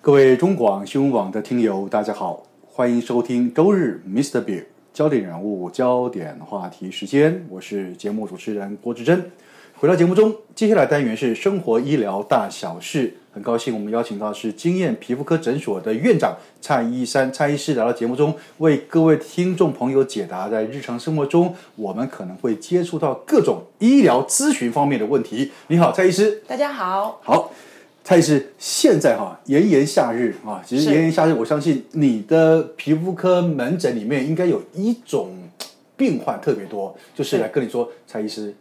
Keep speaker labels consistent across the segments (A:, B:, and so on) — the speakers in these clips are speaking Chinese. A: 各位中广新闻网的听友，大家好，欢迎收听周日 Mr. Beer 焦点人物、焦点话题时间，我是节目主持人郭志珍。回到节目中，接下来单元是生活医疗大小事。很高兴我们邀请到是经验皮肤科诊所的院长蔡医山蔡医师来到节目中，为各位听众朋友解答在日常生活中我们可能会接触到各种医疗咨询方面的问题。你好，蔡医师。
B: 大家好，
A: 好，蔡医师，现在哈、炎炎夏日啊，其实
B: 是
A: 炎炎夏日，我相信你的皮肤科门诊里面应该有一种病患特别多，就是
B: 是
A: 来跟你说，蔡医师，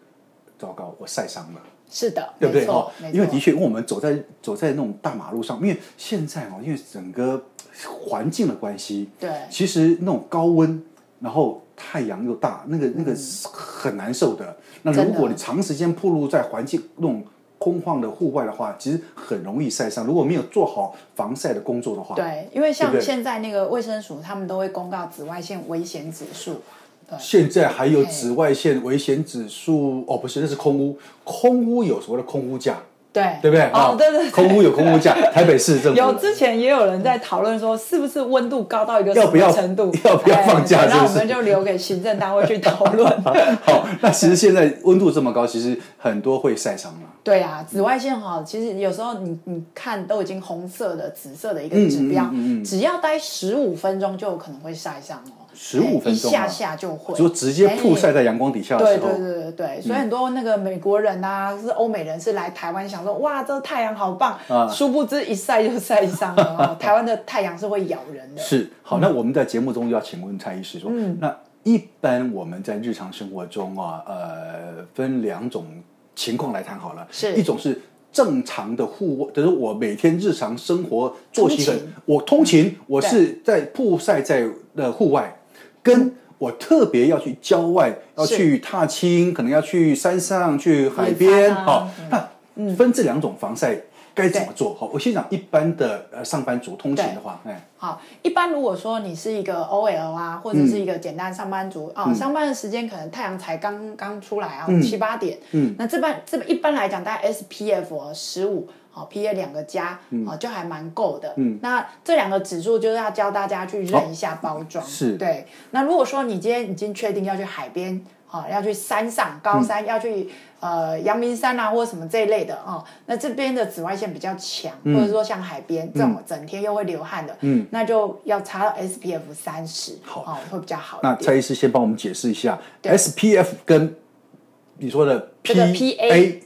A: 糟糕，我晒伤了。
B: 是的，
A: 对不对
B: 没错
A: 哦
B: 没？错
A: 因为的确，因为我们走在走在那种大马路上，因为现在哦，因为整个环境的关系，
B: 对
A: 其实那种高温，然后太阳又大，那
B: 嗯
A: 个那个是很难受的。那如
B: 真的
A: 果你长时间暴露在环境那种空旷的户外的话，其实很容易晒伤。如果没有做好防晒的工作的话，
B: 对，因为
A: 对不
B: 像
A: 对
B: 现在那个卫生署，他们都会公告紫外线危险指数。对，
A: 现在还有
B: 嘿
A: 紫外线危险指数哦，不是，那是空污，空污有所谓的空污价，
B: 对，
A: 对不对？
B: 哦
A: 啊，
B: 对对对。
A: 空污有空 污价，台北市政府
B: 有之前也有人在讨论说，是不是温度高到一个什
A: 要不要
B: 么程 度，
A: 要不要放假
B: 哎那
A: 是不
B: 我
A: 是
B: 们就留给行政单位去讨 论。
A: 好，那其实现在温度这么高，其实很多会晒伤嘛。
B: 对啊，紫外线哈，其实有时候你你看都已经红色的、紫色的一个指标，只要待十五分钟就有可能会晒伤哦。
A: 15分钟啊
B: 一下下就会，
A: 就直接曝
B: 哎
A: 晒在阳光底下的
B: 对
A: 时候，嗯
B: 对对对对，所以很多那个美国人啊，是欧美人是来台湾想说，哇，这太阳好棒，
A: 啊
B: 殊不知一晒就晒伤了 哦。台湾的太阳是会咬人的。嗯
A: 是好。那我们在节目中要请问蔡医师说，那一般我们在日常生活中啊，呃，分两种情况来谈好了，
B: 是
A: 一种是。正常的户外，就是我每天日常生活作息很
B: 通勤，嗯
A: 我通勤，我是在曝晒在呃户外，跟我特别要去郊外，要
B: 嗯是
A: 去踏青，可能要去山上、去海
B: 野
A: 边，
B: 餐啊
A: 好、那分这两种防晒该怎么做？好，我先讲一般的呃上班族通勤的话，哎，
B: 好，一般如果说你是一个 OL 啊，或者是一个简单上班
A: 嗯
B: 族啊、上班的时间可能太阳才刚刚出来啊，七八点，嗯，那这般这一般来讲，大概 SPF 哦十五。好，PA 两个加，
A: 嗯
B: 哦，就还蛮够的。嗯，那这两个指数就是要教大家去认一下包装。
A: 哦是
B: 对。那如果说你今天已经确定要去海边，啊、要去山上高
A: 嗯
B: 山，要去呃阳明山啊，或者什么这一类的哦，那这边的紫外线比较强，
A: 嗯
B: 或者说像海边这种整天又会流汗的，嗯，那就要擦到 SPF 三十，
A: 好
B: 哦，会比较好
A: 那
B: 一
A: 蔡
B: 点。
A: 医师先帮我们解释一下
B: 对
A: SPF 跟你说的
B: 这个
A: PA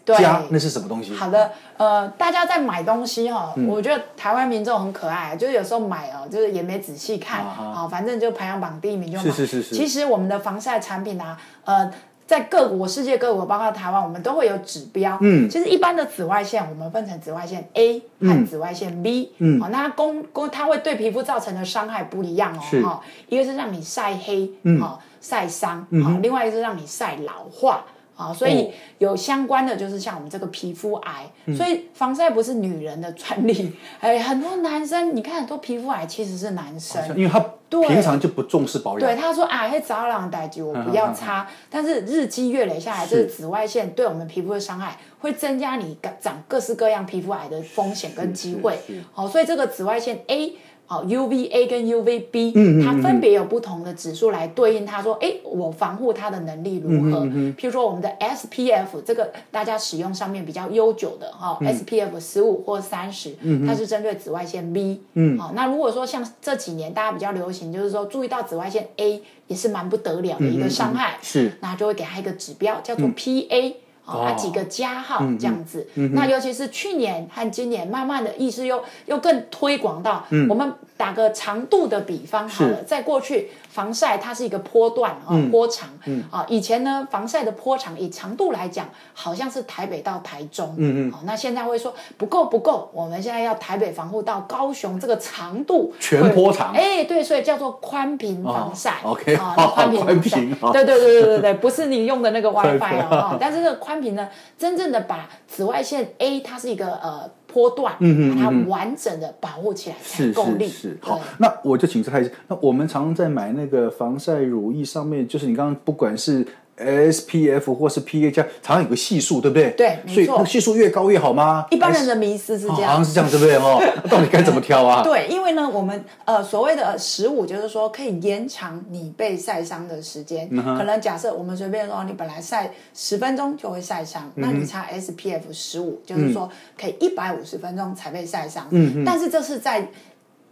B: 对
A: 加那是嗯什么东西？
B: 好的，呃，大家在买东西哈、我觉得台湾民众很可爱，就是有时候买哦，就是也没仔细看，
A: 啊哈
B: 好、反正就排行榜第一名就买。
A: 是是是是
B: 其实我们的防晒产品啊，呃。在各国、世界各国，包括台湾，我们都会有指标。嗯，其实一般的紫外线，我们分成紫外线 A 和紫外线 B。嗯，好、那它公公它会对皮肤造成的伤害不一样哦。
A: 是
B: 哦，一个是让你晒黑，嗯，哦，晒伤，嗯、哦，另外一个是让你晒老化。啊、所
A: 哦
B: 以有相关的就是像我们这个皮肤癌，
A: 嗯
B: 所以防晒不是女人的专利，哎，很多男生你看很多皮肤癌其实是男生，
A: 因为他
B: 对
A: 平常就不重视保
B: 对，
A: 养，
B: 他说啊，黑早朗代际我不要擦，但是日积月累下来，
A: 嗯
B: 这
A: 是
B: 个紫外线对我们皮肤的伤害会增加你各长各式各样皮肤癌的风险跟机会
A: 是是是。
B: 好、所以这个紫外线 A。好，UVA 跟 UVB，、
A: 嗯嗯
B: 它分别有不同的指数来对应。它说，哎，我防护它的能
A: 嗯
B: 力如何？譬如说我们的 SPF，这个大家使用上面比较悠久的哈、s
A: 嗯
B: p f 十五或三十、它是针对紫外线 B。嗯，好、那如果说像这几年大家比较流行，就是说注意到紫外线 A 也是蛮不得了的一个伤害，
A: 嗯是
B: 那就会给它一个指标叫做 PA、
A: 哦嗯
B: 哦，它几个加号这样子，那尤其是去年和今年，慢慢的意识又又更推广到，
A: 嗯
B: 我们打个长度的比方好了，在过去防晒它是一个波段啊、
A: 嗯
B: 波长啊、以前呢防晒的波长以长度来讲，好像是台北到台中，嗯嗯，好、那现在会说不够不够，我们现在要台北防护到高雄这个长度
A: 全
B: 会
A: 波长
B: 哎，对，所以叫做宽频防晒、
A: 哦，OK，
B: 啊、
A: 好
B: 宽频
A: 宽
B: 防晒
A: 频哦好
B: 对对对对对对，不是你用的那个 WiFi
A: 对
B: 哦， 哦但是这个宽频呢，真正的把紫外线 A 它是一个呃波段，
A: 嗯
B: 把它完整的保护起来才
A: 是
B: 够力。
A: 是是。好
B: 对，
A: 那我就请蔡医师。那我们常在买那个防晒乳液上面，就是你刚刚不管是 SPF 或是 PA 加，常常有个系数，对不对？
B: 对没
A: 所以
B: 错
A: 那个系数越高越好吗？
B: 一般人的迷思是
A: 还
B: 这
A: 是、哦
B: 样
A: 好像，是这样，对不对？ 哦，那到底该怎么挑啊？
B: 对，因为呢，我们呃所谓的十五，就是说可以延长你被晒伤的时间。
A: 嗯
B: 可能假设我们随便说，你本来晒十分钟就会晒伤，
A: 嗯
B: 那你擦 SPF 十五，就是说可以一百五十分钟才被晒伤。嗯但是这是在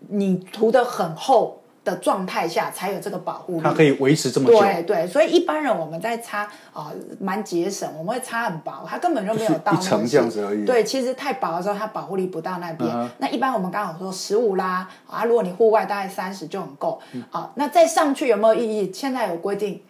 B: 你涂的很厚的状态下才有这个保护力。
A: 它可以维持这么久，
B: 对对，所以一般人我们在擦啊、蛮节省，我们会擦很薄，它根本就没有到那
A: 就是一层
B: 个
A: 这样
B: 细
A: 子而已嗯
B: 对，其实太薄的时候，它保护力不到那边。那一般我们刚好说十五啦，啊，如果你户外大概三十就很够。
A: 嗯
B: 好、那再上去有没有意义？现在有规定，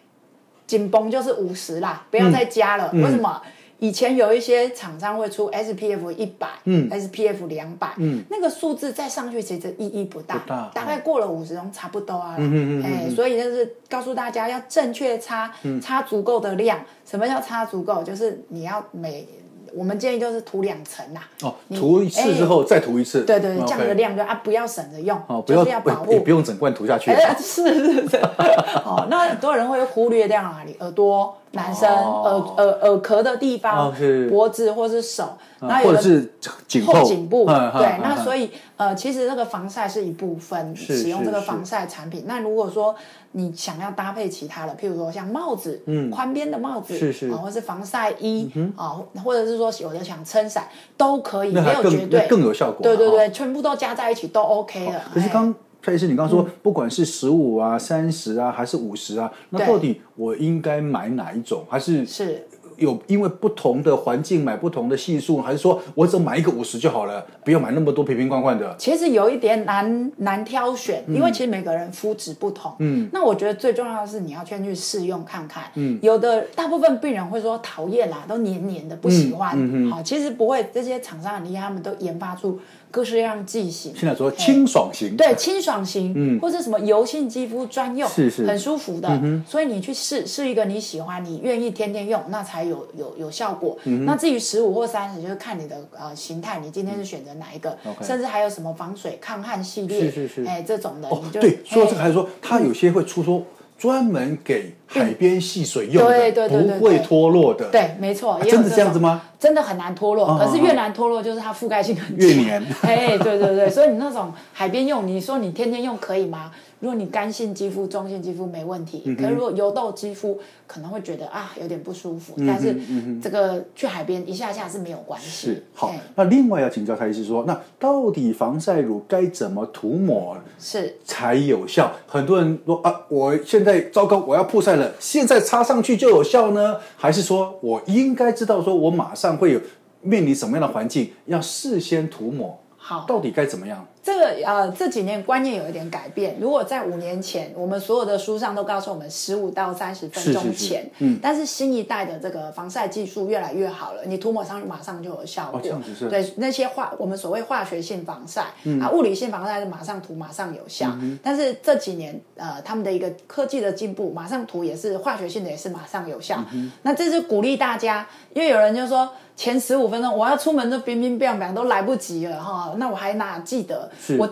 B: 紧绷就是五十啦，不
A: 嗯
B: 要再加了。为什么？以前有一些厂商会出 SPF 一百、嗯、SPF 两百，嗯，那个数字再上去其实意义不大，
A: 不大嗯
B: 大概过了五十钟差不多啊啦，嗯嗯哎，所以就是告诉大家要正确擦，
A: 嗯
B: 擦足够的量。什么叫擦足够？就是你要每，我们建议就是涂两层啦，
A: 哦，涂一次之后再涂一次，
B: 哎
A: 哦
B: 对对，
A: OK
B: 这样的量就啊不要省着用，
A: 哦，不
B: 就
A: 要
B: 是要保
A: 也也
B: 护
A: 不。用整罐涂下去，啊
B: 哎，是是是， 哦，那很多人会忽略掉哪里，耳朵、男生
A: 哦
B: 耳耳耳壳的地
A: 哦
B: 方
A: 是、啊
B: 脖子或是手，那有
A: 或者
B: 的
A: 是颈
B: 后
A: 后
B: 颈部，
A: 嗯
B: 对，
A: 嗯
B: 那
A: 嗯
B: 所以呃，其实这个防晒是一部分
A: 是
B: 使用
A: 是
B: 这个
A: 是
B: 防晒产品。那如果说你想要搭配其他的，譬如说像帽子，嗯，宽边的帽子，
A: 是是
B: 啊，或是防晒衣啊，或者是说有的想撑伞都可以，
A: 那
B: 没
A: 还
B: 有
A: 更
B: 绝对
A: 那，更有效果了
B: 对
A: 哦，
B: 对对，全部都加在一起都 OK 的。
A: 可是
B: 哎嗯
A: 刚蔡医师，你刚刚说、不管是十五啊、三十啊，还是五十啊，那
B: 对
A: 到底我应该买哪一种？还是
B: 是哎
A: 有因为不同的环境买不同的系数，还是说我只买一个五十就好了，不要买那么多瓶瓶罐罐的？
B: 其实有一点难难挑选，因为其实每个人肤质不同。嗯，那我觉得最重要的是你要先去试用看看。嗯，有的大部分病人会说讨厌啊啦，都黏黏的，不喜欢。嗯好，其实不会，这些厂商很厉害，他们都研发出各式各样剂型。
A: 现在说清爽型，
B: 哎对，清爽型，嗯，或者什么油性肌肤专用，
A: 是是嗯
B: 很舒服的。所以你去试试一个你喜欢，你愿意天天用，那才有有有效果。
A: 嗯
B: 那至于十五或三十，就是看你的呃形态，你今天是选择哪一个，
A: 嗯 OK
B: 甚至还有什么防水抗汗系列，
A: 是是是
B: 哎，这种的，
A: 哦
B: 你，就
A: 对，说到这个
B: 哎
A: 还是说，它有些会出说专门给海边戏水用的，
B: 对对对对
A: 不会
B: 对
A: 脱落的，
B: 对，没错，哦也有
A: 啊真的
B: 种
A: 这样子吗？
B: 真的很难脱落，可是
A: 哦
B: 越难脱落就是它覆盖性很
A: 越
B: 强
A: 黏
B: 哎，对对对，所以你那种海边用，你说你天天用可以吗？如果你干性肌肤、中性肌肤没问
A: 嗯
B: 题，可是如果油痘肌肤可能会觉得啊有点不舒服，
A: 嗯
B: 但是这个去海边一下下是没有关系。
A: 是好
B: 哎，
A: 那另外要请教蔡医师说，那到底防晒乳该怎么涂抹
B: 是
A: 才有效？很多人说啊，我现在糟糕，我要曝晒了，现在擦上去就有效呢？还是说我应该知道说我马上会有面临什么样的环境，要事先涂抹？
B: 好。
A: 到底该怎么样？
B: 这个呃，这几年观念有一点改变。如果在五年前，我们所有的书上都告诉我们十五到三十分钟
A: 是是是
B: 前，嗯，但是新一代的这个防晒技术越来越好了，你涂抹上去马上就有效果。
A: 哦这样子是
B: 对那些化我们所谓化学性防晒、啊，物理性防晒是马上涂马上有效，但是这几年呃，他们的一个科技的进步，马上涂也是化学性的也是马上有效。那这是鼓励大家，因为有人就说。前十五分钟我要出门都冰冰冰冰都来不及了哈，那我还哪记得？
A: 是
B: 我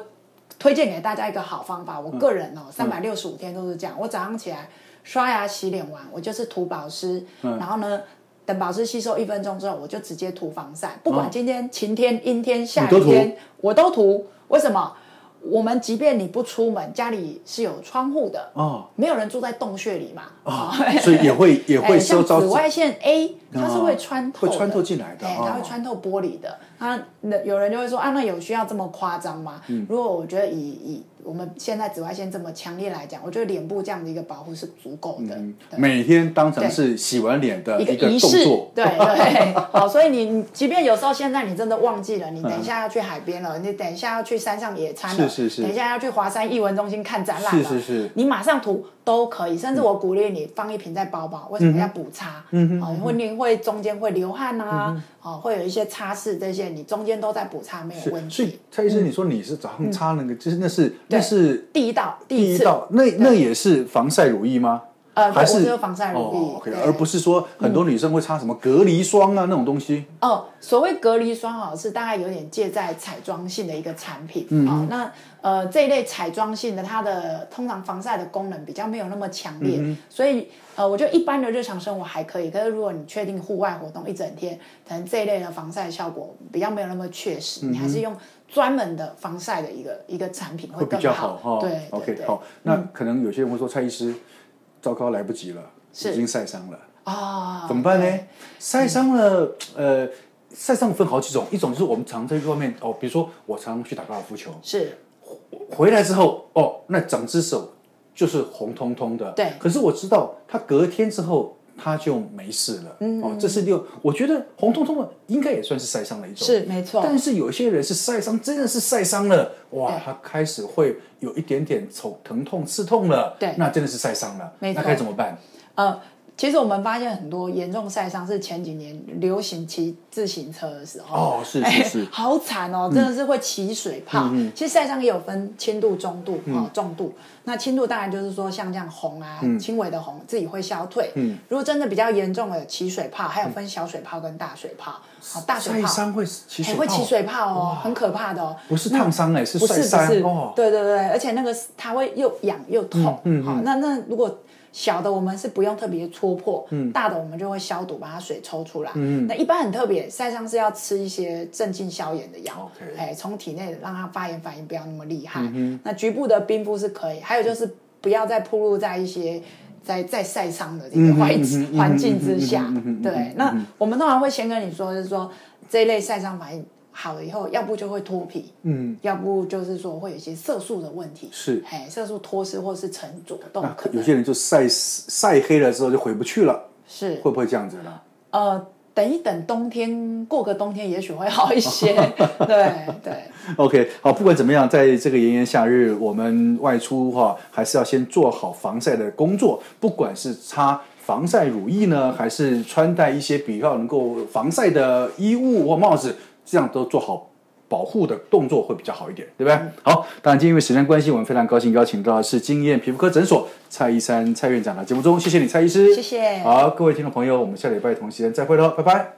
B: 推荐给大家一个好方法。我
A: 嗯
B: 个人哦，三百六十五天都是这样。我早上起来刷牙、洗脸完，我就是涂保湿，
A: 嗯
B: 然后呢，等保湿吸收一分钟之后，我就直接涂防晒。不管今天晴天、阴天、
A: 嗯
B: 下
A: 你
B: 雨
A: 都涂
B: 天，我都涂。为什么？我们即便你不出门，家里是有窗户的
A: 哦，
B: 没有人住在洞穴里嘛，哦
A: 啊，所 以也会也
B: 哎，
A: 会收
B: 像
A: 招啊
B: 紫外线 A，它是会穿透的，
A: 会穿透进来的
B: 哎
A: 哦
B: 它会穿透玻璃的。那那有人就会说啊，那有需要这么夸张吗？
A: 嗯
B: 如果我觉得以以我们现在紫外线这么强烈来讲，我觉得脸部这样的一个保护是足够
A: 嗯
B: 的。对
A: 每天当成
B: 对
A: 是洗完脸的
B: 一
A: 呃一
B: 个
A: 个
B: 仪
A: 动
B: 式，
A: 作，
B: 对对，好，所以你你即便有时候现在你真的忘记了，你
A: 嗯
B: 等一下要去海边了，你等一下要去山上野餐了，
A: 是是是
B: 等一下要去华山艺文中心看展览了，
A: 是是是嗯
B: 你马上涂都可以，甚至我鼓励你放一瓶在包包，为什么要补擦？嗯哦，会你会中间会流汗
A: 嗯
B: 啊，哦，会有一些擦拭这些，你中间都在补擦没有问
A: 所以
B: 题。嗯
A: 蔡医生，你说你是早上擦那个，就是那是那
B: 对
A: 是
B: 第一道，第
A: 第
B: 一
A: 一
B: 次，
A: 道，那那也是防晒乳液吗？
B: 呃，对
A: 还是
B: 我只有防晒乳
A: 哦，OK，
B: 对
A: 而不是说很多女生会擦什么隔离霜啊那种东西。
B: 哦，所谓隔离霜哦，是大概有点介在彩妆性的一个产品啊、
A: 嗯
B: 哦。那呃这一类彩妆性的，它的通常防晒的功能比较没有那么强烈，
A: 嗯
B: 所以呃，我觉得一般的日常生活还可以。可是如果你确定户外活动一整天，可能这一类的防晒效果比较没有那么确实，
A: 嗯
B: 你还是用专门的防晒的一个一个产品
A: 会比
B: 嗯更
A: 较好哈。
B: 对对
A: OK，
B: 对嗯
A: 好，那可能有些人会说，蔡医师，糟糕，来不及了，已经晒伤了，
B: 啊，
A: 怎么办
B: 对嗯
A: 呢？晒伤了，呃，晒伤分好几种，一种就是我们常在外面哦，比如说我常去打高尔夫球，
B: 是
A: 回来之后哦，那整只手就是红彤彤的，
B: 对
A: 可是我知道他隔天之后。他就没事了，
B: 嗯
A: 哦，这是六，我觉得红彤彤的应该也算是晒伤的一种，
B: 是没错，
A: 但是有些人是晒伤，真的是晒伤了，哇
B: 对，
A: 他开始会有一点点疼疼痛、刺痛了，
B: 对
A: 那真的是晒伤了，
B: 没错
A: 那该怎么办？
B: 呃，其实我们发现很多严重晒伤是前几年流行骑自行车的时候。
A: 哦，是是是嗯
B: 哎，好惨哦，真的是会起水泡。其实晒伤也有分轻度、中度、
A: 嗯
B: 哦、重度。那轻度当然就是说像这样红啊，轻微的红自己会消退。
A: 嗯
B: 如果真的比较严重的起水泡，还有分小水泡跟大水泡。好、大水
A: 嗯晒
B: 泡
A: 伤会起
B: 还
A: 水
B: 会起
A: 泡，
B: 水泡哦，很可怕的哦。
A: 不是烫伤哎，是
B: 不是
A: 晒
B: 不
A: 伤
B: 是，
A: 哦，嗯
B: 对对对，而且那个是它会又痒又痛，好、那那如果小的我们是不用特别戳破，
A: 嗯
B: 大的我们就会消毒，把它水抽出来。那一般很特别，晒伤是要吃一些镇静消炎的药
A: OK 嗯
B: 哎，从体内让它发炎反应不要那么厉害。那局部的冰敷是可以，还有就是不要再暴露在一些。在在晒伤的这个环
A: 嗯哼嗯
B: 环境之下，对，那我们通常会先跟你说，就是说这一类晒伤反应好了以后，要不就会脱皮，
A: 嗯，
B: 要不就是说会有一些色素的问题，
A: 是
B: 哎，色素脱失或是沉着都
A: 那
B: 可能
A: 有些人就晒晒黑了之后就回不去了，
B: 是
A: 会不会这样子呢？
B: 呃，等一等冬天过个冬天，也许会好一 些，对对，
A: OK，好，不管怎么样，在这个炎炎夏日，我们外出哈、还是要先做好防晒的工作，不管是擦。防晒乳液呢，还是穿戴一些比较能够防晒的衣物或帽子，这样都做好保护的动作会比较好一点，对不对？好，当然今天因为时间关系，我们非常高兴邀请到的是经验皮肤科诊所蔡医生蔡院长的节目中，谢谢你蔡医师，
B: 谢谢
A: 好，各位听众朋友，我们下礼拜同时间再会喽，拜拜。